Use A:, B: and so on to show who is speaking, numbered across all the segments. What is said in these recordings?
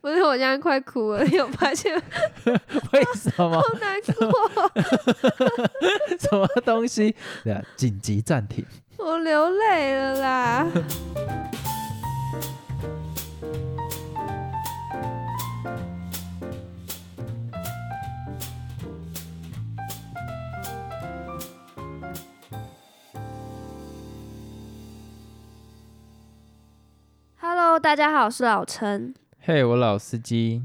A: 不是，我现在快哭了，你有发现吗？
B: 为什 么？
A: 好难过，
B: 什么东西？对啊，紧急暂停。
A: 我流泪了啦。Hello，大家好，我是老陈。
B: 嘿、我老司机。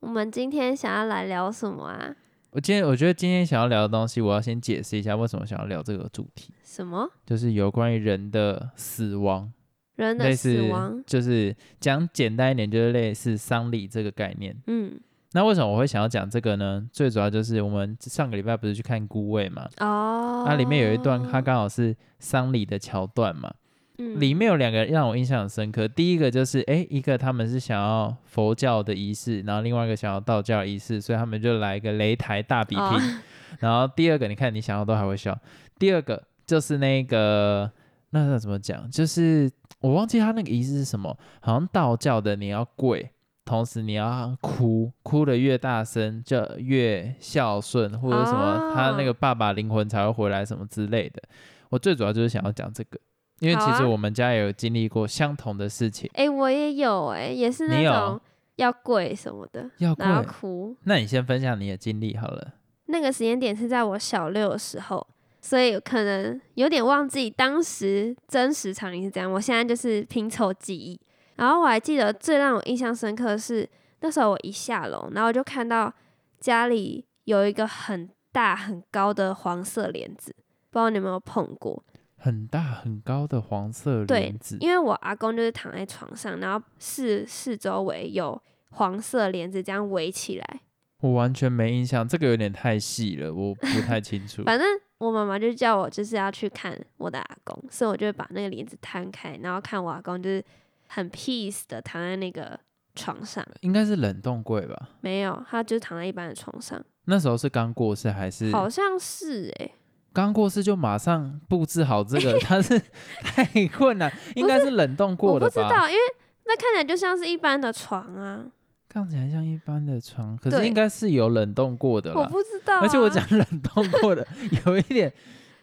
A: 我们今天想要来聊什么啊？
B: 我今天我觉得今天想要聊的东西，我要先解释一下为什么想要聊这个主题，
A: 什么
B: 就是有关于人的死亡，
A: 人的
B: 类
A: 死
B: 似
A: 亡？
B: 就是讲简单一点，就是类似丧礼这个概念。
A: 嗯，
B: 那为什么我会想要讲这个呢？最主要就是我们上个礼拜不是去看《孤味》嘛，
A: 哦，
B: 那、啊里面有一段它刚好是丧礼的桥段嘛，
A: 嗯
B: 里面有两个让我印象很深刻。第一个就是，诶，一个他们是想要佛教的仪式，然后另外一个想要道教仪式，所以他们就来一个擂台大比拼。
A: 哦
B: 然后第二个，你看你想到都还会笑。第二个就是那个那个怎么讲，就是我忘记他那个仪式是什么，好像道教的你要跪。同时你要哭，哭的越大声就越孝顺，或者什么，他那
A: 哦
B: 个爸爸灵魂才会回来什么之类的。我最主要就是想要讲这个，因为
A: 好
B: 其实
A: 啊
B: 我们家也有经历过相同的事情。
A: 哎、我也有哎、也是那
B: 你有
A: 种要跪什么的，
B: 要
A: 然后
B: 跪，
A: 哭。
B: 那你先分享你的经历好了。
A: 那个时间点是在我小六的时候，所以可能有点忘记当时真实场景是怎样。我现在就是拼凑记忆。然后我还记得最让我印象深刻的是那时候我一下楼，然后我就看到家里有一个很大很高的黄色帘子，不知道你有没有碰过？
B: 很大很高的黄色
A: 对
B: 帘子，
A: 因为我阿公就是躺在床上，然后四四周围有黄色帘子这样围起来。。
B: 我完全没印象，这个有点太细了，我不太清楚
A: 反正我妈妈就叫我就是要去看我的阿公，所以我就会把那个帘子摊开，然后看我阿公就是很 peace 的躺在那个床上，
B: 应该是冷冻柜吧？
A: 没有，他就是躺在一般的床上，
B: 那时候是刚过世还是
A: 好像是欸诶、
B: 刚过世就马上布置好 这个？它是太困难，应该是冷冻
A: 我
B: 过
A: 不
B: 的
A: 知
B: 吧？
A: 道，因为那看起来就像是一般的床啊，
B: 看起来像一般的床，可是
A: 对
B: 应该是有冷冻过的
A: 我
B: 啦。
A: 不知道啊、
B: 而且我讲冷冻过的 有一点，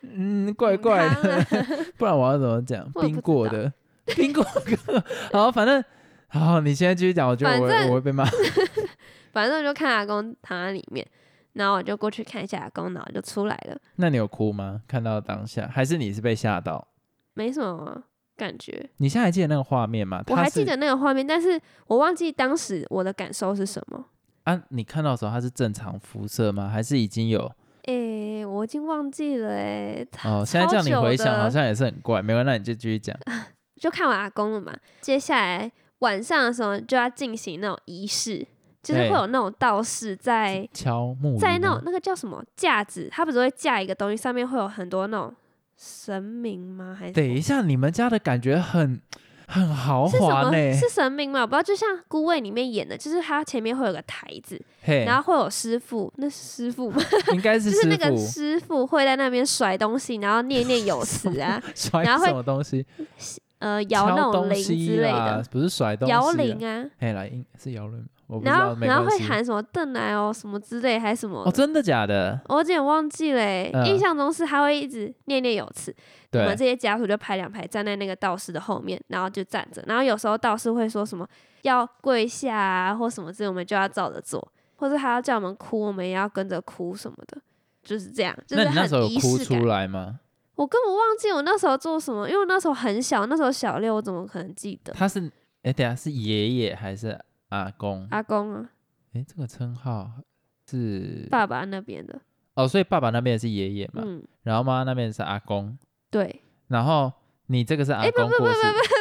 B: 嗯，怪怪
A: 很
B: 的，
A: 烫啊
B: 不然我要怎么讲？
A: 我也不
B: 冰过的，冰过的。 好，反正好，你现在继续讲，我觉得我
A: 反
B: 会
A: 正
B: 我会被骂。
A: 反正我就看阿公躺在里面，然后我就过去看一下阿公，然后就出来了，
B: 那你有哭吗？看到当下，还是你是被吓到？
A: 没什么感觉。
B: 你现在还记得那个画面吗？
A: 我
B: 它
A: 还
B: 是
A: 记得那个画面，但是我忘记当时我的感受是什么。
B: 啊，你看到的时候它是正常辐射吗？还是已经有？
A: 诶、我已经忘记了诶、
B: 哦，现在
A: 超
B: 叫你
A: 久
B: 回想
A: 的
B: 好像也是很怪，没关系，那你就继续讲。
A: 就看完阿公了嘛。接下来晚上的时候就要进行那种仪式，就是
B: 对
A: 会有那种道士在
B: 敲木鱼
A: 哎在那
B: 吗
A: 种那个叫什么架子，他不是会架一个东西，上面会有很多那种神明吗？还是
B: 等一下，你们家的感觉很很豪
A: 是什
B: 华
A: 么？
B: 呢。
A: 是神明吗？我不知道，就像《孤味》里面演的，就是它前面会有个台子，
B: 嘿，
A: 然后会有师傅，那是师傅吗？
B: 应该是
A: 就是
B: 师
A: 那个
B: 傅
A: 师傅会在那边甩东西，然后念念有词啊，
B: 甩
A: 然后会
B: 什么东西，
A: 呃，摇那
B: 敲
A: 种
B: 东
A: 铃
B: 西
A: 之类
B: 啦
A: 的，，
B: 不是甩东西。
A: 摇铃。啊，
B: 嘿，来，应是摇铃，我不知
A: 然
B: 道，
A: 后
B: 没
A: 然后
B: 关
A: 会
B: 系。
A: 喊什么邓来哦什么之类，还什么
B: 哦，
A: 的，
B: 真的假的？
A: 我有点忘记了欸、
B: 嗯
A: 印象中是他会一直念念有词，我
B: 对
A: 们，这些家属就排两排站在那个道士的后面，然后就站着，然后有时候道士会说什么要跪下啊或什么之类，我们就要照着做，或者他要叫我们哭，我们也要跟着哭什么的，就是这样，就是
B: 那你那时候
A: 很
B: 有
A: 仪
B: 哭
A: 式感
B: 出。来吗？
A: 我根本忘记我那时候做什么，因为我那时候很小，那时候小六，我怎么可能记得？
B: 他是哎、等一下是爷爷还是阿公？哎、
A: 阿公啊，
B: 这个称号是
A: 爸爸那边的，
B: 哦，所以爸爸那边是爷爷嘛，
A: 嗯，
B: 然后妈妈那边是阿公，
A: 对，
B: 然后你这个是阿
A: 哎不
B: 公
A: 不
B: 过世，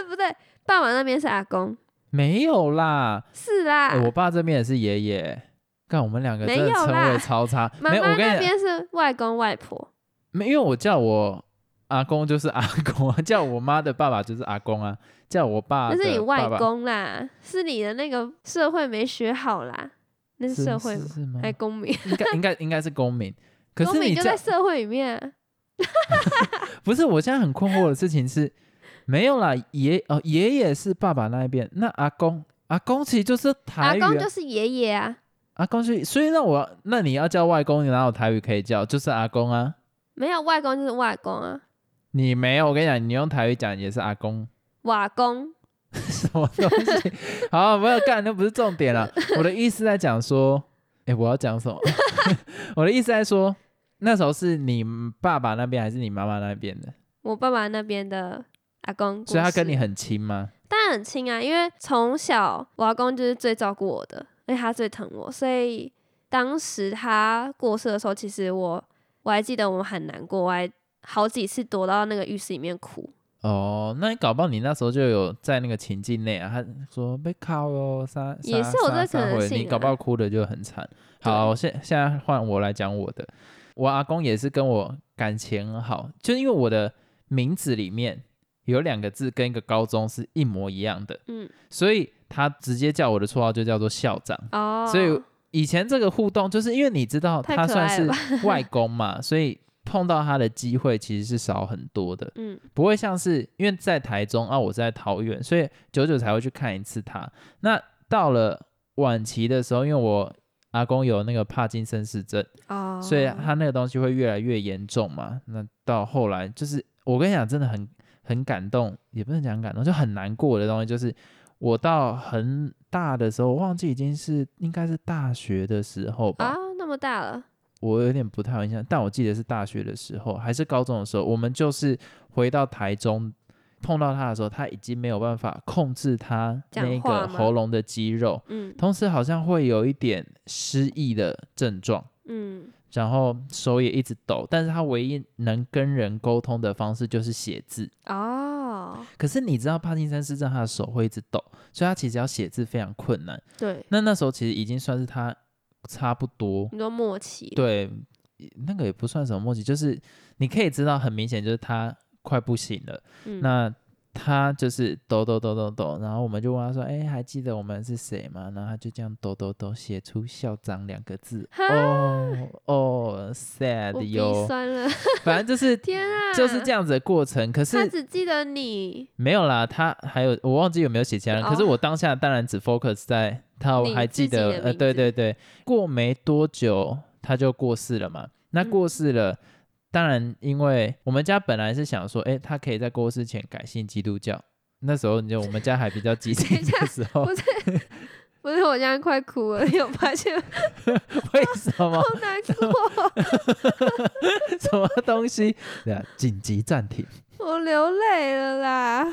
A: 不对，爸爸那边是阿公，
B: 没有啦，
A: 是啦，
B: 哎、我爸这边也是爷爷。干，我们两个真的
A: 啊没有
B: 称
A: 啦
B: 谓超差。
A: 妈
B: 没有，
A: 妈
B: 我跟
A: 那
B: 你讲，
A: 边是外公外婆，
B: 没，因为我叫我阿公就是阿公啊， 叫我妈的爸爸就是阿公啊，叫我爸
A: 那
B: 的
A: 是你外
B: 爸爸
A: 公啦，是你的那个社会没学好啦，那是
B: 是
A: 社会
B: 是
A: 吗？
B: 是吗？
A: 还公民，
B: 应该应该应该是公民，可
A: 公
B: 是
A: 民
B: 你
A: 就
B: 叫
A: 在社会里面啊、
B: 不是，我现在很困惑的事情是，没有啦，爷哦，爷爷是爸爸那一边，那阿公阿公其实就是台
A: 阿
B: 语、
A: 公
B: 啊
A: 就，是爷爷啊，
B: 阿公是，所以那我要那你要叫外公，你哪有台语可以叫？就是阿公啊。
A: 没有外公就是外公啊，
B: 你没有，我跟你讲，你用台语讲也是阿公
A: 瓦工
B: 什么东西。好，不要干，那不是重点了。我的意思在讲说，哎、我要讲什么？ 我的意思在说，那时候是你爸爸那边还是你妈妈那边的？
A: 我爸爸那边的阿公，
B: 所以他跟你很亲吗？
A: 当然很亲啊，因为从小我阿公就是最照顾我的，而且他最疼我，所以当时他过世的时候，其实我我还记得我很难过，我还好几次躲到那个浴室里面哭。
B: 哦，那你搞不好你那时候就有在那个情境内啊。他说被靠哦，啥
A: 也是有这可能性啊
B: 你搞不好哭的就很惨。好，我现现在换我来讲我的。我阿公也是跟我感情很好，就因为我的名字里面有两个字跟一个高中是一模一样的，
A: 嗯，
B: 所以他直接叫我的绰号就叫做校长。
A: 哦，
B: 所以以前这个互动，就是因为你知道
A: 太
B: 他
A: 可
B: 算
A: 爱了
B: 是外公嘛，所以碰到他的机会其实是少很多的。
A: 嗯，
B: 不会像是因为在台中啊，我是在桃园，所以久久才会去看一次他。那到了晚期的时候，因为我阿公有那个帕金森氏症，
A: 哦，
B: 所以他那个东西会越来越严重嘛。那到后来就是，我跟你讲，真的很很感动，也不能讲感动，就很难过的东西，就是我到很大的时候，我忘记已经是应该是大学的时候吧，
A: 啊那么大了，
B: 我有点不太有印象，但我记得是大学的时候还是高中的时候，我们就是回到台中。碰到他的时候，他已经没有办法控制他那
A: 讲话
B: 个
A: 吗
B: 喉咙的肌肉，
A: 嗯
B: 同时好像会有一点失忆的症状。
A: 嗯
B: 然后手也一直抖，但是他唯一能跟人沟通的方式就是写字。
A: 哦，
B: 可是你知道帕金森氏症，他的手会一直抖，所以他其实要写字非常困难。
A: 对，
B: 那那时候其实已经算是他差不多，
A: 你说默契，，
B: 对，那个也不算什么默契，就是你可以知道很明显就是他快不行了。
A: 嗯、
B: 那他就是抖抖抖抖抖，然后我们就问他说：“哎、还记得我们是谁吗？”然后他就这样抖抖抖写出“校长”两个字。
A: 哈
B: 哦哦
A: 我
B: ，sad
A: 鼻
B: 哟。
A: 酸 了，
B: 反正就是
A: 天啊，
B: 就是这样子的过程。可
A: 他
B: 是
A: 只记得你，
B: 没有啦，他还有我忘记有没有写其他人。
A: 哦
B: 可是我当下当然只 focus 在他
A: 你
B: 还记
A: 自己的
B: 得，呃，
A: 名
B: 对
A: 字
B: 对对，过没多久他就过世了嘛。那
A: 嗯
B: 过世了。当然，因为我们家本来是想说，哎、他可以在过世前改信基督教。那时候，你就我们家还比较激 进
A: 等一下
B: 的时候
A: 不，是不是，我现在快哭了，你有发现吗？
B: 为什么
A: 好难过，
B: 什么东西？对啊，紧急暂停。
A: 我流泪了 啦。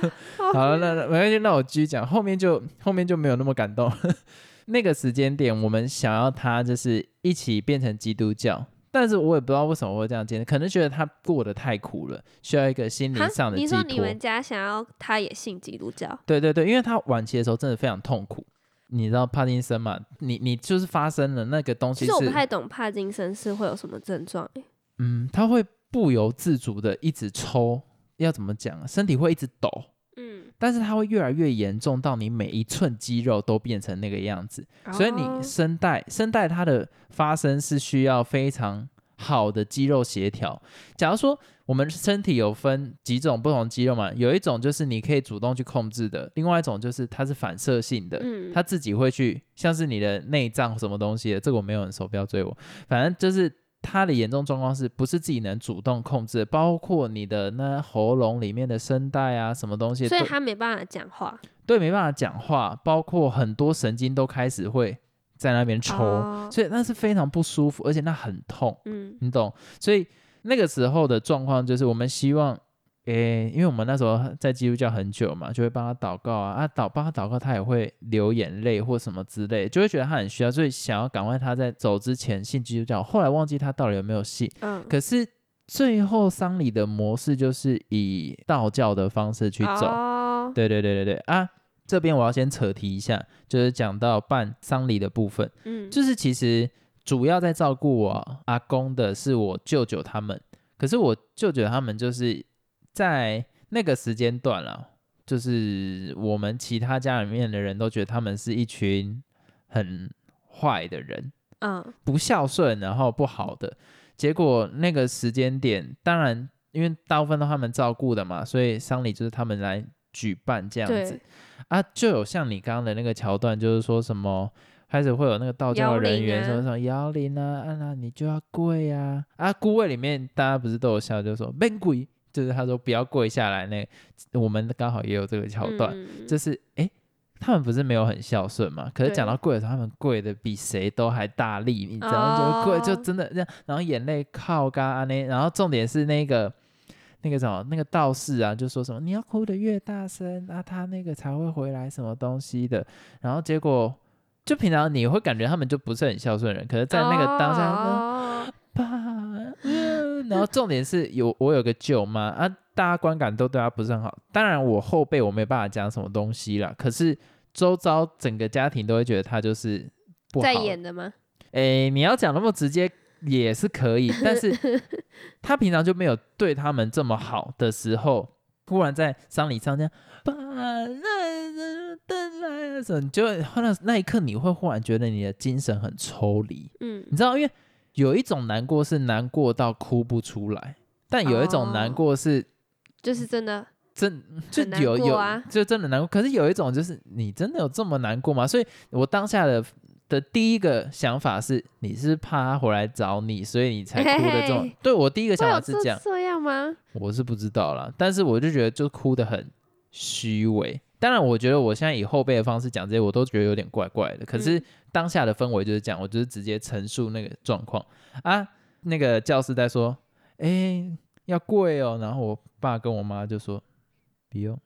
B: 好，那那没关系，那我继续讲，后面就后面就没有那么感动。 那个时间点，我们想要他就是一起变成基督教，但是我也不知道为什么会这样坚持，可能觉得他过得太苦了，需要一个心灵上的
A: 你
B: 寄
A: 说你
B: 托。
A: 们家想要他也信基督教？
B: 对对对，因为他晚期的时候真的非常痛苦。你知道帕金森嘛？你你就是发生了那个东西
A: 其
B: 是
A: 实我不太懂帕金森氏会有什么症状、欸
B: 嗯，他会不由自主的一直抽，要怎么讲啊？身体会一直抖，
A: 嗯，
B: 但是它会越来越严重到你每一寸肌肉都变成那个样子。所以
A: 哦
B: 你声带声带它的发声是需要非常好的肌肉协调。假如说我们身体有分几种不同肌肉嘛，有一种就是你可以主动去控制的，另外一种就是它是反射性的，
A: 嗯，
B: 它自己会去，像是你的内脏什么东西的，这个我没有很熟，不要追我。反正就是它的严重状况是不是自己能主动控制的，包括你的那喉咙里面的声带啊，什么东西，
A: 所以
B: 对
A: 他没办法讲话，
B: 对没办法讲话，包括很多神经都开始会在那边抽。
A: 哦
B: 所以那是非常不舒服，而且那很痛，
A: 嗯
B: 你懂？所以那个时候的状况就是，我们希望，诶、因为我们那时候在基督教很久嘛，就会帮他祷告啊，啊祷帮他祷告，他也会流眼泪或什么之类，就会觉得他很需要，所以想要赶快他在走之前信基督教。后来忘记他到底有没有信，
A: 嗯，
B: 可是最后丧礼的模式就是以道教的方式去走，
A: 哦、
B: 对对对对对啊。这边我要先扯题一下，就是讲到办丧礼的部分。
A: 嗯，
B: 就是其实主要在照顾我阿公的是我舅舅他们，可是我舅舅他们就是在那个时间段啦，就是我们其他家里面的人都觉得他们是一群很坏的人，
A: 嗯
B: 不孝顺，然后不好的。结果那个时间点，当然因为大部分都他们照顾的嘛，所以丧礼就是他们来举办这样子
A: 对，
B: 啊，就有像你刚刚的那个桥段，就是说什么。开始会有那个道教
A: 摇铃
B: 人员说
A: 啊
B: 什么摇铃啊，啊那你就要跪啊啊！顾问里面大家不是都有笑，就说别跪，就是他说不要跪下来。那我们刚好也有这个桥段，
A: 嗯
B: 就是诶，他们不是没有很孝顺嘛？可是
A: 对
B: 讲到跪的时候，他们跪的比谁都还大力，你知道，就是跪就
A: 哦
B: 真的这样，然后眼泪靠嘎啊那，然后重点是那个。那个什么，那个道士啊，就说什么你要哭的越大声，啊，他那个才会回来什么东西的。然后结果，就平常你会感觉他们就不是很孝顺人，可是，在那个当下，他说
A: 哦
B: 爸，嗯然后重点是有我有个舅妈啊，大家观感都对她不是很好。当然我后辈我没办法讲什么东西啦，可是周遭整个家庭都会觉得她就是不好。
A: 在演的吗？嗯
B: 诶，你要讲那么直接也是可以，但是她平常就没有对他们这么好的时候，突然在丧礼上这样，爸，那灯来了，什么，你就会那那一刻你会忽然觉得你的精神很抽离。
A: 嗯
B: 你，知道，因为有一种难过是难过到哭不出来，但有一种难过是
A: 就是真的
B: 真、就
A: 哦很难
B: 有
A: 过啊
B: 有就真的难过。可是有一种就是你真的有这么难过吗？所以我当下的的第一个想法是，你是怕他回来找你，所以你才哭的这种。
A: 嘿嘿
B: 对我第一个想
A: 会有
B: 法是
A: 这
B: 这样，
A: 这样吗？
B: 我是不知道啦，但是我就觉得就哭的很虚伪。当然，我觉得我现在以后辈的方式讲这些，我都觉得有点怪怪的。可是
A: 嗯
B: 当下的氛围就是这样，我就是直接陈述那个状况啊。那个教师在说：“哎、要跪哦。”然后我爸跟我妈就说：“不用，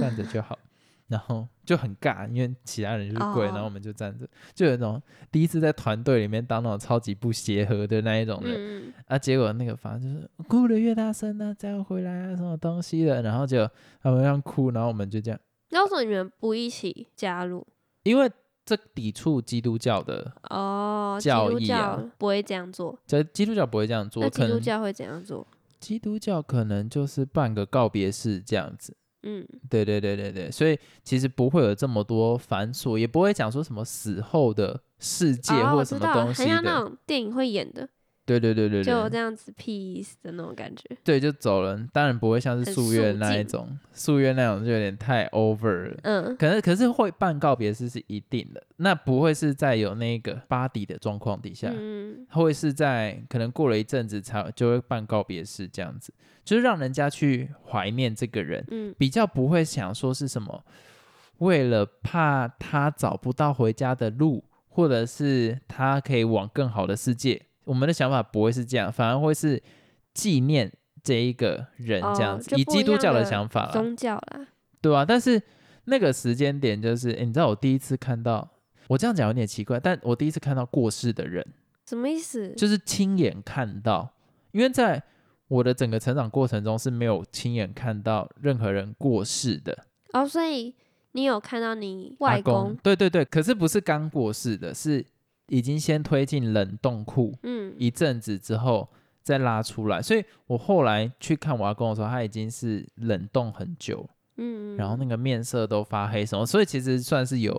B: 站着就好。” 然后就很尬，因为其他人就是跪，
A: 哦
B: 然后我们就站着，就有一种第一次在团队里面当那种超级不协和的那一种人。
A: 嗯，嗯
B: 啊，结果那个反正就是哭的越大声呢、再要回来啊，什么东西的，然后就他们让哭，然后我们就这样，
A: 那为什么你们不一起加入？
B: 因为这抵触基督教的，
A: 哦，基
B: 教
A: 督
B: 义啊
A: 教不会这样做，
B: 这基督教不会这样做，
A: 那
B: 可
A: 基督
B: 能
A: 教会怎样做？
B: 基督教可能就是办个告别式这样子，
A: 嗯，
B: 对对对对对，所以其实不会有这么多繁琐，也不会讲说什么死后的世界
A: 哦，
B: 或
A: 我
B: 什
A: 知
B: 么
A: 道了，
B: 东西
A: 很像那
B: 的，
A: 种电影会演的，
B: 对对对对
A: 就有
B: 对
A: 这，样子 peace 的那种感觉。
B: 对就走了，当然不会像是
A: 很
B: 素月
A: 肃
B: 那一
A: 静
B: 种，素月那种就有点太 over 了。
A: 嗯，
B: 可是可是会办告别式是一定的，那不会是在有那个 body 的状况底下，
A: 嗯，
B: 会是在可能过了一阵子才就会办告别式这样子，就是让人家去怀念这个人，
A: 嗯，
B: 比较不会想说是什么为了怕他找不到回家的路，或者是他可以往更好的世界，我们的想法不会是这样，反而会是纪念这一个人这样
A: 哦
B: 子，
A: 就
B: 以
A: 不
B: 基
A: 一
B: 督
A: 样
B: 教的
A: 的
B: 想法
A: 嗯
B: 啦。
A: 宗教啦，
B: 对啊，但是那个时间点就是，诶你知道我第一次看到，我这样讲有点奇怪，但我第一次看到过世的人，
A: 什么意思？
B: 就是亲眼看到，因为在我的整个成长过程中是没有亲眼看到任何人过世的。
A: 哦，所以你有看到你
B: 阿
A: 外公，
B: 对对对，可是不是刚过世的，是已经先推进冷冻库
A: 嗯，
B: 一阵子之后。再拉出来，所以我后来去看我阿公的时候，他已经是冷冻很久，
A: 嗯，
B: 然后那个面色都发黑什么，所以其实算是有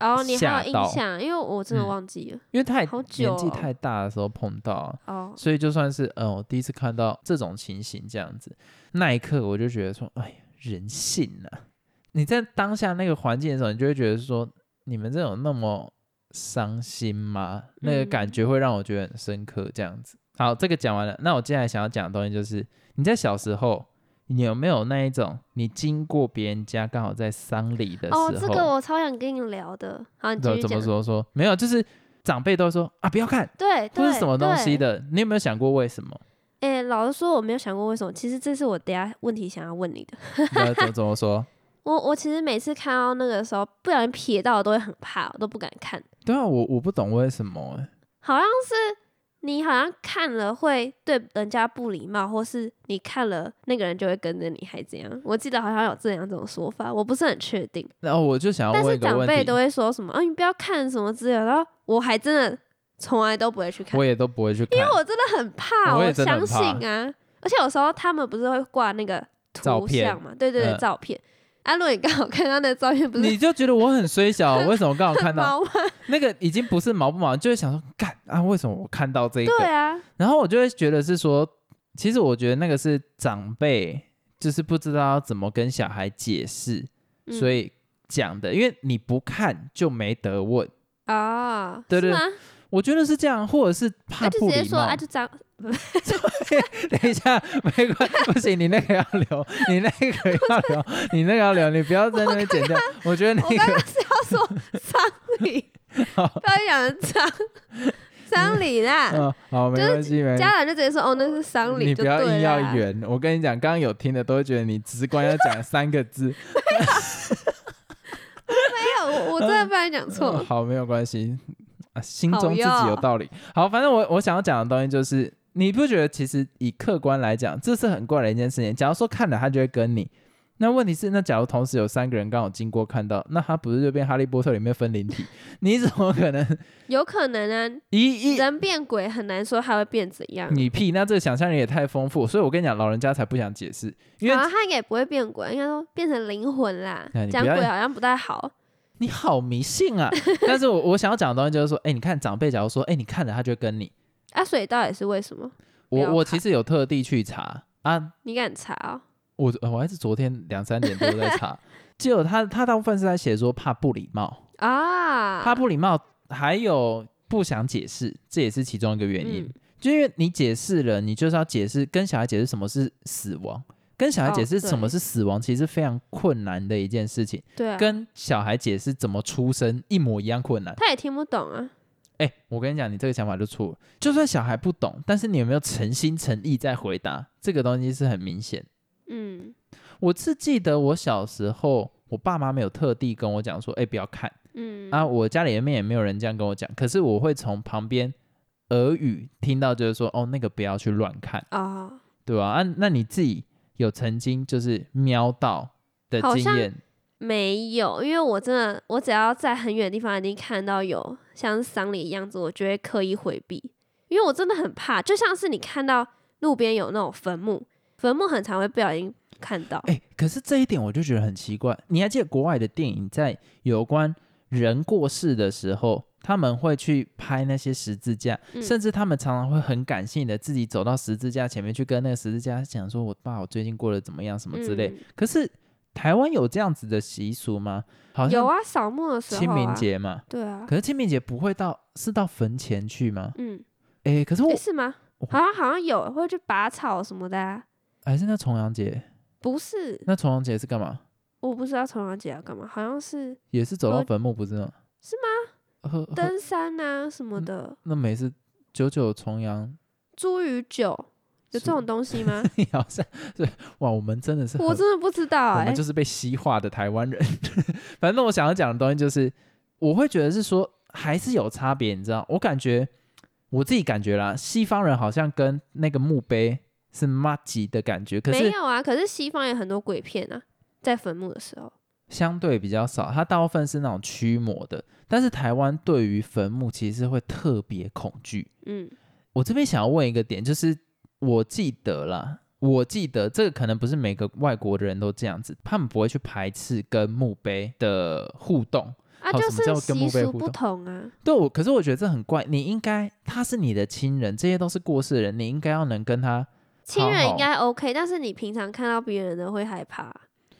A: 哦，你
B: 吓
A: 还有
B: 到
A: 印象，因为我真的
B: 嗯
A: 忘记了。
B: 因为太
A: 好久
B: 年纪
A: 哦
B: 太大的时候碰到啊、
A: 哦，
B: 所以就算是嗯，我第一次看到这种情形这样子，那一刻我就觉得说，哎呀，人性啊！你在当下那个环境的时候，你就会觉得说，你们这种那么伤心吗？那个
A: 嗯
B: 感觉会让我觉得很深刻这样子。好，这个讲完了，那我接下来想要讲的东西就是，你在小时候。你有没有那一种，你经过别人家刚好在丧礼的时候，
A: 哦，这个我超想跟你聊的。好，你继
B: 怎
A: 续
B: 怎么
A: 讲。
B: 说说没有，就是长辈都会说啊，不要看，
A: 对，
B: 或
A: 对，
B: 是什么东
A: 对。
B: 西的，你有没有想过为什 么？
A: 哎、老实说，我没有想过为什么。其实这是我等一下问题想要问你的。
B: 那怎么怎么说？
A: 我我其实每次看到那个的时候，不小心瞥到，我都会很怕，我都不敢看。
B: 对啊，我我不懂为什么欸、
A: 好像是你好像看了会对人家不礼貌，或是你看了那个人就会跟着你，还怎样？我记得好像有这样这种说法，我不是很确定。
B: 然后我就想要
A: 但
B: 问
A: 是
B: 一个
A: 长
B: 问
A: 辈都
B: 题，
A: 会说什么啊，你不要看什么之类的，然后我还真的从来都不会去看
B: 我，也都不会去看
A: 因为我真的很怕，
B: 我
A: 我
B: 也真的很
A: 相
B: 怕
A: 信啊。而且有时候他们不是会挂那个
B: 照
A: 图
B: 片
A: 像嘛，对对对，
B: 嗯
A: 照片。啊，如果你刚好看到那个照片，不
B: 你
A: 是
B: 就觉得我很衰小，为什么刚好看 到
A: 猫吗？
B: 那个已经不是毛不毛，就会想说干啊，为什么我看到这一
A: 对
B: 个？
A: 啊，
B: 然后我就会觉得是说，其实我觉得那个是长辈就是不知道要怎么跟小孩解释，
A: 嗯
B: 所以讲的，因为你不看就没得问。
A: 哦，
B: 对对
A: 是吗？
B: 我觉得是这样，或者是怕
A: 那就
B: 不
A: 直接
B: 礼
A: 说
B: 貌。
A: 啊，就脏，
B: 等一下，没关不行，你那个要留，你那个要留，你那个要留，你不要在那边剪 掉。我觉得
A: 我刚
B: 那
A: 刚
B: 个
A: 是要 说丧礼，
B: 好，
A: 不要讲成丧 丧礼啦。
B: 嗯，好，没
A: 啊就是
B: 关系，没关系。
A: 家长就直接说哦，那是丧礼
B: 你
A: 就
B: 不
A: 对
B: 要硬要
A: 啦
B: 圆，我跟你讲，刚刚有听的都会觉得你直观要讲三个字。
A: 没有，我我真的不然讲
B: 嗯
A: 错。
B: 好，没有关系，啊，心
A: 好
B: 中自己有
A: 哟
B: 道理。好，反正我我想要讲的东西就是，你不觉得其实以客观来讲，这是很怪的一件事情。假如说看了他就会跟你，那问题是，那假如同时有三个人刚好经过看到，那他不是就变哈利波特里面分灵体？ 你怎么可能
A: 有可能啊，
B: 一一
A: 人变鬼很难说他会变怎样。
B: 你屁？那这个想象力也太丰富，所以我跟你讲，老人家才不想解释，因为
A: 好像他应该也不会变鬼，应该说变成灵魂啦
B: 哎。你
A: 讲
B: 不要
A: 鬼好像不太好。
B: 你好迷 信啊！但是我我想要讲的东西就是说，哎、你看长辈，假如说，哎、你看了他就会跟你，
A: 啊，所以到底是为什么？不
B: 我
A: 要
B: 我
A: 看
B: 其实有特地去查啊，
A: 你敢查哦？
B: 我呃我还是昨天两三点多在 查，结果他他大部分是在写说怕不礼貌，
A: 啊，
B: 怕不礼貌，还有不想解释，这也是其中一个原因。
A: 嗯
B: 就因为你解释了，你就是要解释跟小孩解释什么是死亡，跟小孩
A: 哦
B: 解释
A: 对
B: 什么是死亡，其实非常困难的一件事情，
A: 对啊，
B: 跟小孩解释怎么出生一模一样困难。
A: 他也听不懂啊。
B: 哎、我跟你讲，你这个想法就错了。就算小孩不懂，但是你有没有诚心诚意在回答，这个东西是很明显。
A: 嗯
B: 我是记得我小时候，我爸妈没有特地跟我讲说，哎、不要看
A: 嗯
B: 啊。我家里面也没有人这样跟我讲，可是我会从旁边耳语听到，就是说，哦，那个不要去乱看，
A: 哦，
B: 对吧、啊？那你自己有曾经就是瞄到的
A: 好
B: 经
A: 像
B: 验？
A: 没有，因为我真的，我只要在很远的地方已经看到有像是丧礼一样子，我就会刻意回避，因为我真的很怕，就像是你看到路边有那种坟墓，坟墓很常会不小心看到。
B: 哎、可是这一点我就觉得很奇怪。你还记得国外的电影在有关人过世的时候，他们会去拍那些十字架，
A: 嗯
B: 甚至他们常常会很感性的自己走到十字架前面去跟那个十字架讲说：“我爸，我最近过得怎么样，什么之类。
A: 嗯
B: 可是台湾有这样子的习俗吗？好
A: 有
B: 像
A: 啊，扫墓的时候、啊，
B: 清明，节嘛。
A: 对啊，
B: 可是清明节不会到是到坟前去吗？
A: 嗯，
B: 哎、可是我、
A: 诶是吗？好像好像有会去拔草什么的、啊，
B: 还是那重阳节，
A: 不是？
B: 那重阳节是干嘛？
A: 我不知道重阳节要干嘛，好像是
B: 也是走到
A: 喝
B: 坟墓不是吗？
A: 呃是
B: 吗？喝喝
A: 登山啊什
B: 嗯
A: 么的，
B: 那每次九九重阳，
A: 茱萸酒有这
B: 是
A: 种东西 吗？
B: 你好像是哇，我们真的是
A: 我
B: 很
A: 真的不知道
B: 我
A: 哎、
B: 们就是被西化的台湾人。 反正我想要讲的东西就是，我会觉得是说还是有差别，你知道？我感觉我自己感觉啦，西方人好像跟那个墓碑是妈吉的感觉，可
A: 没
B: 是
A: 有啊，可是西方有很多鬼片啊，在坟墓的时候，
B: 相对比较少，它大部分是那种驱魔的。但是台湾对于坟墓其实会特别恐惧，
A: 嗯
B: 我这边想要问一个点，就是我记得啦，我记得这个可能不是每个外国的人都这样子，他们不会去排斥跟墓碑的互动。
A: 啊，
B: 好
A: 就
B: 什么叫
A: 是
B: 跟墓
A: 习
B: 碑
A: 俗
B: 互
A: 不
B: 动
A: 同啊，
B: 对我，可是我觉得这很怪。你应该他是你的亲人，这些都是过世的人，你应该要能跟他。
A: 亲人
B: 好
A: 应该 OK，但是你平常看到别人的会害怕，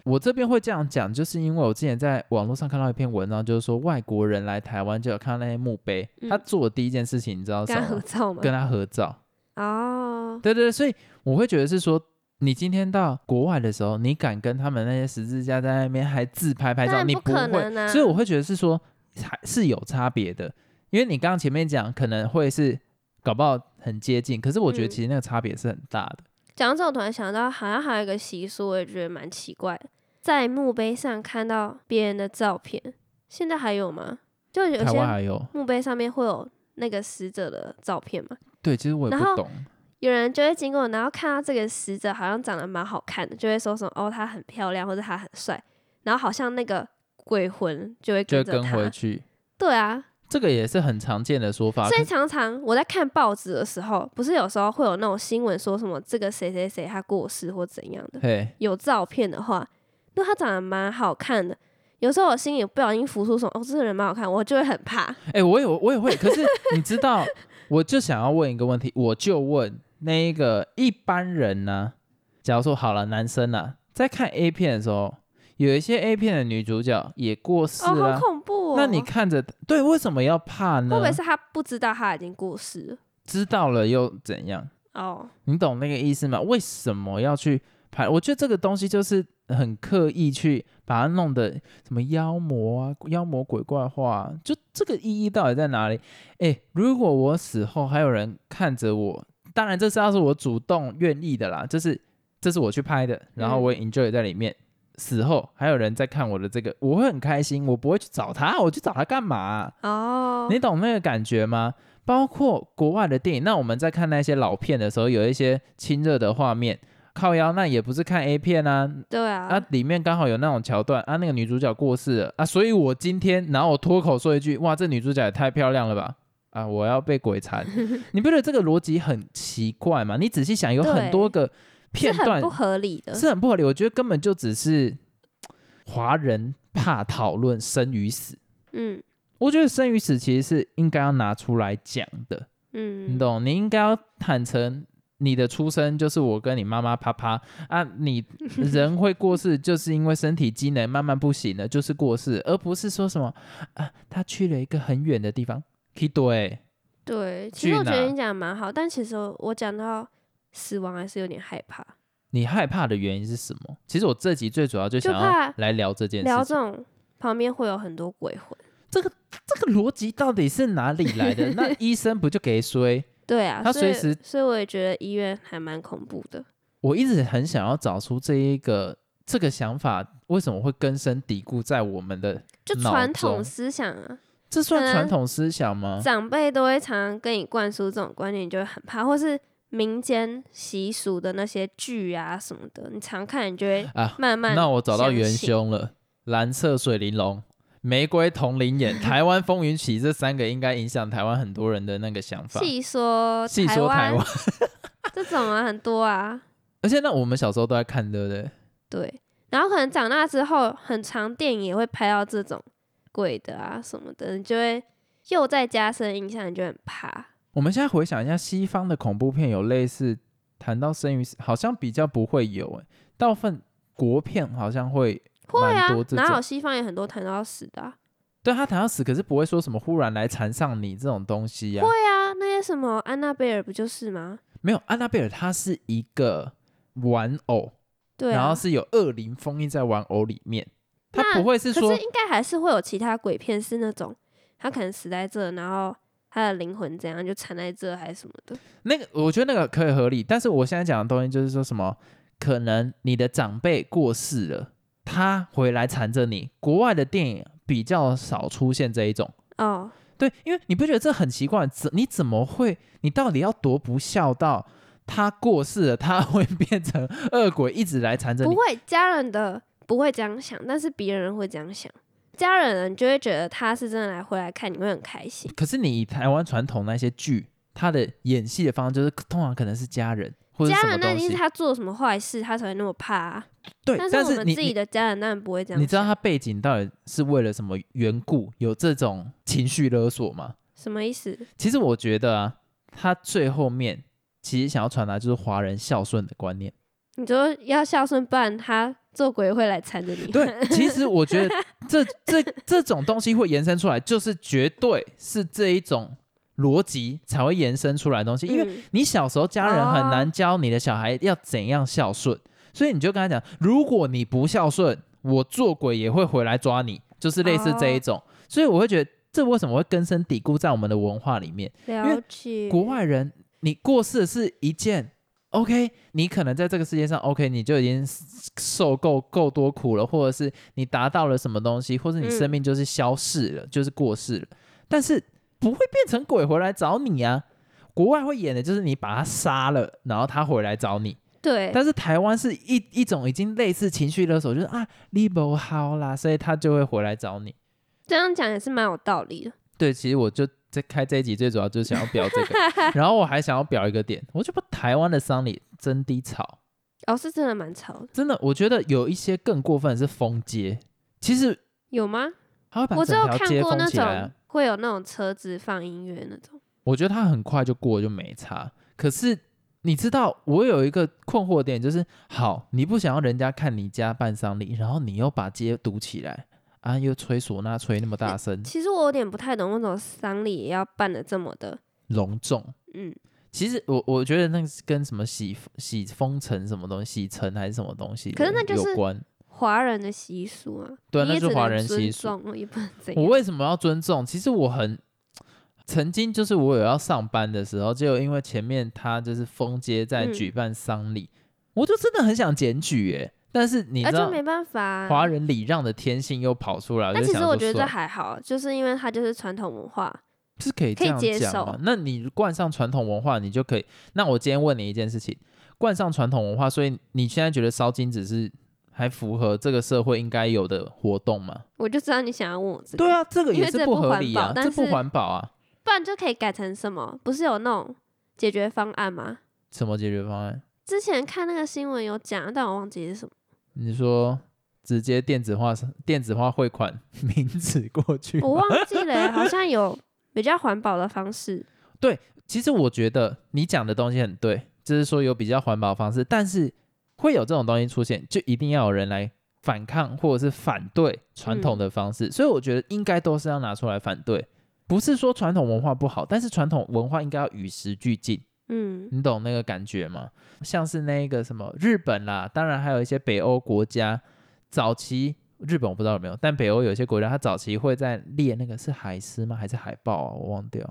B: 我这边会这样讲，就是因为我之前在网络上看到一篇文章，就是说外国人来台湾就有看到那些墓碑，
A: 嗯
B: 他做的第一件事情你知道是
A: 跟
B: 什
A: 他
B: 么
A: 合
B: 吗？
A: 照吗？
B: 啊跟他合照。
A: 哦，
B: 对对对，所以我会觉得是说，你今天到国外的时候，你敢跟他们那些十字架在那边还自拍拍
A: 当
B: 照，
A: 然
B: 你
A: 不可
B: 会，
A: 能啊
B: 所以我会觉得是说，还是有差别的。因为你刚刚前面讲可能会是搞不好很接近，可是我觉得
A: 嗯
B: 其实那个差别是很大的。
A: 讲到这，我突然想到，好像还有一个习俗，我也觉得蛮奇怪的，在墓碑上看到别人的照片，现在还有吗？就有
B: 台湾
A: 些
B: 还有
A: 墓碑上面会有那个死者的照片嘛，
B: 对，其实我也
A: 然
B: 不
A: 后
B: 懂，
A: 有人就会经过，然后看到这个死者好像长得蛮好看的，就会说什么哦，他很漂亮，或者他很帅，然后好像那个鬼魂就会
B: 就会
A: 跟着
B: 跟回
A: 他。
B: 去。
A: 对啊，
B: 这个也是很常见的说法，
A: 所以
B: 可
A: 常常我在看报纸的时候，不是有时候会有那种新闻说什么这个谁谁谁他过世或怎样的，
B: 嘿，
A: 有照片的话，如果他长得蛮好看的，有时候我心里不小心浮出什么哦，这个人蛮好看，我就会很 怕。哦
B: 哎、我有，我也 会。可是你知道，我就想要问一个问题，我就问那一个一般人呢、假如说好了，男生啊，在看 A 片的时候，有一些 A 片的女主角也过世
A: 哦，
B: 了、
A: 好恐怖哦！
B: 啊那你看着，对，为什么要怕
A: 会
B: 呢
A: 不？会是他不知道他已经过世了？
B: 知道了又怎样？
A: 哦，
B: 你懂那个意思吗？为什么要去拍？我觉得这个东西就是很刻意去把它弄得什么妖魔啊、妖魔鬼怪化、啊，就这个意义到底在哪里？哎，如果我死后还有人看着我，当然这是要是我主动愿意的啦，就是这是我去拍的，然后我也 enjoy 在里面。死后还有人在看我的这个，我会很开心，我不会去找他，我去找他干嘛啊、
A: 哦，
B: 你懂那个感觉吗？包括国外的电影，那我们在看那些老片的时候，有一些亲热的画面，靠腰那也不是看 A 片啊，
A: 对
B: 啊
A: 啊，
B: 里面刚好有那种桥段啊，那个女主角过世了啊，所以我今天然后我脱口说一句，哇，这女主角也太漂亮了吧。啊！我要被 鬼缠，你不觉得这个逻辑很奇怪吗？你仔细想，有很多个
A: 是
B: 片
A: 很
B: 段
A: 不合理的。
B: 是很不合理。我觉得根本就只是华人怕讨论生与死，
A: 嗯
B: 我觉得生与死其实是应该要拿出来讲的，
A: 嗯，
B: 你懂？你应该要坦诚你的出生就是我跟你妈妈啪啪啊，你人会过世就是因为身体机能慢慢不行了，就是过世，而不是说什么啊，他去了一个很远的地方。欸可以对，
A: 对，其
B: 去
A: 实我觉得
B: 哪
A: 你讲的蛮好，但其实我我讲到死亡还是有点害怕，
B: 你害怕的原因是什么？其实我这集最主要就
A: 就
B: 想
A: 怕
B: 要来聊这件
A: 聊
B: 事
A: 这
B: 情，
A: 种旁边会有很多鬼魂。
B: 这个逻辑到底是哪里来的？那医生不就给衰？
A: 对啊，
B: 他
A: 所以
B: 随时
A: 所以我也觉得医院还蛮恐怖的。
B: 我一直很想要找出这一个这个想法为什么会根深蒂固在我们的，
A: 就
B: 脑
A: 传统
B: 中啊
A: 思想啊，
B: 这算
A: 可能
B: 传统思想吗？
A: 长辈都会常常跟你灌输这种观念，你就会很怕，或是民间习俗的那些剧啊什么的，你常看，你就 会
B: 啊
A: 慢慢、
B: 那我找到元，凶了，蓝色水玲珑、玫瑰同林眼、台湾风云起，这三个应该影响台湾很多人的那个想法。
A: 细说
B: 细说台
A: 台
B: 湾，
A: 这种啊很多啊，
B: 而且那我们小时候都在看，对不对？
A: 对。然后可能长大之后，很长电影也会拍到这种鬼的啊什么的，你就会又再加深印象，你就很怕。
B: 我们现在回想一下，西方的恐怖片有类似谈到生与死，好像比较不会有、欸，大部分国片好像会
A: 会啊
B: 蛮多，这种
A: 哪有西方也很多谈到死的、啊？
B: 对他谈到死，可是不会说什么忽然来缠上你这种东西呀、
A: 会啊，那些什么安娜贝尔不就是吗？
B: 没有，安娜贝尔她是一个玩偶，
A: 对、啊，
B: 然后是有恶灵封印在玩偶里面，他
A: 那
B: 不会是
A: 可
B: 说
A: 是应该还是会有其他鬼片是那种他可能死在这，然后他的灵魂怎样就缠在这还是什么的。
B: 那个，我觉得那个可以合理，但是我现在讲的东西就是说什么，可能你的长辈过世了，他回来缠着你，国外的电影比较少出现这一种。
A: 哦，
B: 对，因为你不觉得这很奇怪？怎你怎么会？你到底要多不孝道？他过世了，他 会变成恶鬼，一直来缠着你
A: 不。会，家人的不会这样想，但是别人会这样想。家人你就会觉得他是真的来回来看，你会很开心。
B: 可是你以台湾传统那些剧，他的演戏的方式就是通常可能是家人或者是
A: 家
B: 什么
A: 人那
B: 东
A: 一定是
B: 西。
A: 他做什么坏事，他才会那么怕、啊。
B: 对，
A: 但
B: 但
A: 我们
B: 你
A: 自己的家人当然不会这样想。
B: 你知道他背景到底是为了什么缘故有这种情绪勒索吗？
A: 什么意思？
B: 其实我觉得啊，他最后面其实想要传达就是华人孝顺的观念。
A: 你就要孝顺，不然他做鬼会来缠着你。
B: 对，其实我觉得这这这种东西会延伸出来，就是绝对是这一种逻辑才会延伸出来的东西，因为
A: 嗯
B: 你小时候家人很
A: 哦
B: 难教你的小孩要怎样孝顺，所以你就跟他讲，如果你不孝顺，我做鬼也会回来抓你，就是类似
A: 哦
B: 这一种。所以我会觉得，这为什么会根深蒂固在我们的文化里面？为
A: 了解。
B: 国外人，你过世是一件 OK，你可能在这个世界上 OK，你就已经受够够多苦了，或者是你达到了什么东西，或者你
A: 嗯
B: 生命就是消逝了，就是过世了，但是不会变成鬼回来找你啊。国外会演的就是你把他杀了，然后他回来找你。
A: 对，
B: 但是台湾是一一种已经类似情绪勒索，就是啊你不好啦，所以他就会回来找你。
A: 这样讲也是蛮有道理的。
B: 对，其实我就在开这一集，最主要就是想要表这 个，然后我还想要表一个点，我就把台湾的丧礼真低潮，
A: 哦，是真的蛮吵的，
B: 真的，我觉得有一些更过分的是封街，其实
A: 有吗？
B: 他会把
A: 我只有
B: 整条
A: 看
B: 街
A: 过
B: 封
A: 那
B: 起来啊
A: 种，会有那种车子放音乐那种。
B: 我觉得他很快就过就没差，可是你知道我有一个困惑点，就是好，你不想要人家看你家办丧礼，然后你又把街堵起来啊，又吹唢呐吹那么大声，
A: 其实我有点不太懂，为什么丧礼也要办的这么的，
B: 隆重。
A: 嗯，
B: 其实我我觉得那个是跟什么洗洗封城什么东西，洗尘还是什么东西的，
A: 可是那就是
B: 有关。
A: 华人的习俗啊，
B: 对啊
A: 你
B: 那
A: 也
B: 是
A: 只
B: 华
A: 能
B: 人习
A: 尊
B: 俗
A: 重哦也不能怎
B: 我
A: 样。
B: 为什么要尊重？其实我很曾经就是我有要上班的时候，就因为前面他就是封街在
A: 嗯
B: 举办丧礼，我就真的很想检举耶、但是你
A: 啊，
B: 知
A: 就
B: 道
A: 没办法、啊。
B: 华人礼让的天性又跑出来，我
A: 但
B: 就
A: 其
B: 想
A: 实
B: 说
A: 我觉得这
B: 算
A: 还好，就是因为它就是传统文化。
B: 是可以
A: 可
B: 这
A: 以
B: 样
A: 接
B: 讲嘛
A: 受？
B: 那你冠上传统文化，你就可以。那我今天问你一件事情：冠上传统文化，所以你现在觉得烧金纸是还符合这个社会应该有的活动吗？
A: 我就知道你想要问我这个，
B: 对，啊，这个
A: 因为
B: 也是
A: 这
B: 不
A: 不
B: 合
A: 环
B: 理
A: 保
B: 啊，
A: 但
B: 这不
A: 是
B: 环保啊！
A: 不然就可以改成什么？不是有那种解决方案吗？
B: 什么解决方案？
A: 之前看那个新闻有讲，但我忘记是什么。
B: 你说直接电子化电子化汇款 名字过去？
A: 我忘记了、欸好像有比较环保的方式。
B: 其实我觉得你讲的东西很对，就是说有比较环保的方式，但是会有这种东西出现，就一定要有人来反抗或者是反对传统的方式。所以我觉得应该都是要拿出来反对，不是说传统文化不好，但是传统文化应该要与时俱进。
A: 嗯，
B: 你懂那个感觉吗？像是那个什么日本啦，当然还有一些北欧国家，早期日本我不知道有没有，但北欧有一些国家，它早期会在列那个是海狮吗？还是海豹啊？我忘掉。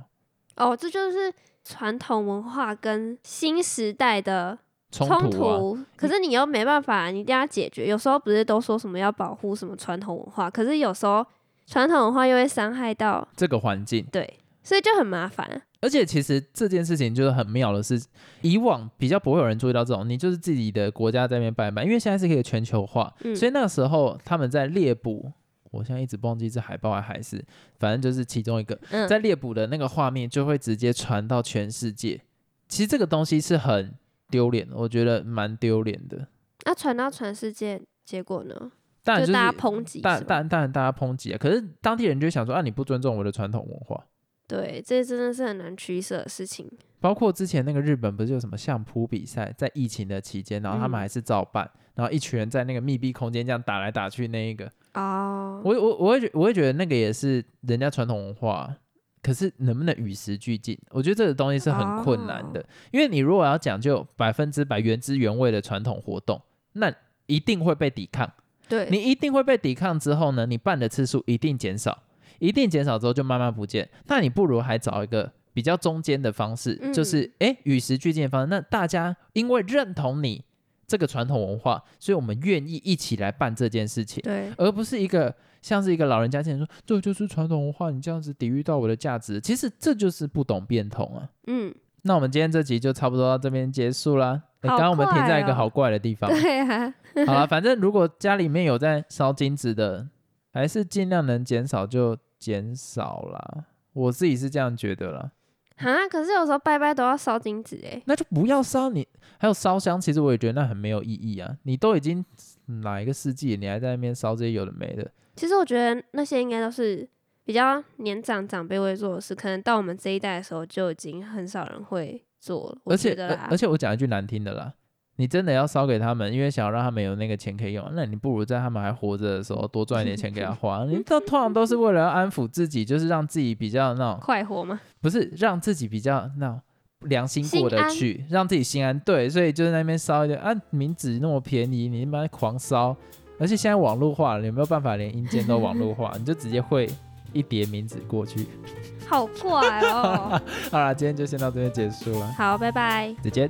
A: 哦，这就是传统文化跟新时代的
B: 冲
A: 冲
B: 突啊，
A: 可是你又没办法，你一定要解决。有时候不是都说什么要保护什么传统文化，可是有时候传统文化又会伤害到，
B: 这个环境。
A: 对，所以就很麻烦。啊
B: 而且其实这件事情就是很妙的是，以往比较不会有人注意到这种，你就是自己的国家在那边办一办，因为现在是可以全球化，
A: 嗯
B: 所以那个时候他们在猎捕，我现在一直忘记是海豹还是海狮，反正就是其中一个，
A: 嗯，
B: 在猎捕的那个画面就会直接传到全世界。其实这个东西是很丢脸的，我觉得蛮丢脸的。
A: 那传到全世界，结果呢？
B: 当然
A: 就是大家抨击，
B: 当
A: 是吧？
B: 当当然大家抨击啊，可是当地人就想说啊，你不尊重我的传统文化。
A: 对，这真的是很难取舍的事情。
B: 包括之前那个日本不是有什么相扑比赛，在疫情的期间，然后他们
A: 嗯
B: 还是照办，然后一群人在那个密闭空间这样打来打去，那一个，
A: 哦，
B: 我我我会觉我会觉得那个也是人家传统文化，可是能不能与时俱进，我觉得这个东西是很困难的，因为你如果要讲究百分之百原汁原味的传统活动，那一定会被抵抗，
A: 对，
B: 你一定会被抵抗之后呢，你办的次数一定减少，一定减少之后就慢慢不见。那你不如还找一个比较中间的方式，
A: 嗯
B: 就是诶与时俱进的方式。那大家因为认同你这个传统文化，所以我们愿意一起来办这件事情，
A: 对，
B: 而不是一个像是一个老人家现在说这就是传统文化，你这样子抵御到我的价值，其实这就是不懂变通啊。
A: 嗯，
B: 那我们今天这集就差不多到这边结束啦。诶
A: 好
B: 刚刚我们停
A: 快
B: 在一个
A: 哦
B: 好怪的地 方，
A: 对啊，
B: 好了，反正如果家里面有在烧金纸的，还是尽量能减少就减少啦。我自己是这样觉得啦，
A: 啊，可是有时候拜拜都要烧金纸哎，
B: 那就不要烧你。还有烧香，其实我也觉得那很没有意义啊。你都已经哪一个世纪，你还在那边烧这些有的没的，
A: 其实我觉得那些应该都是比较年长长辈会做的事，可能到我们这一代的时候就已经很少人会做了。我
B: 而且
A: 觉得啊
B: 而
A: 啦，
B: 而且我讲一句难听的啦，你真的要烧给他们，因为想要让他们有那个钱可以用，那你不如在他们还活着的时候多赚一点钱给他 花。你这通常都是为了要安抚自己，就是让自己比较那种
A: 快活嘛，
B: 不是让自己比较那种良心过得去，让自己心安。对，所以就在那边烧一点啊，名纸那么便宜，你他妈狂烧，而且现在网络化了，有没有办法连音间都网络化？你就直接汇一叠名纸过去。
A: 好怪哦、哦
B: 好啦，今天就先到这边结束了，
A: 好，拜拜。
B: 再见。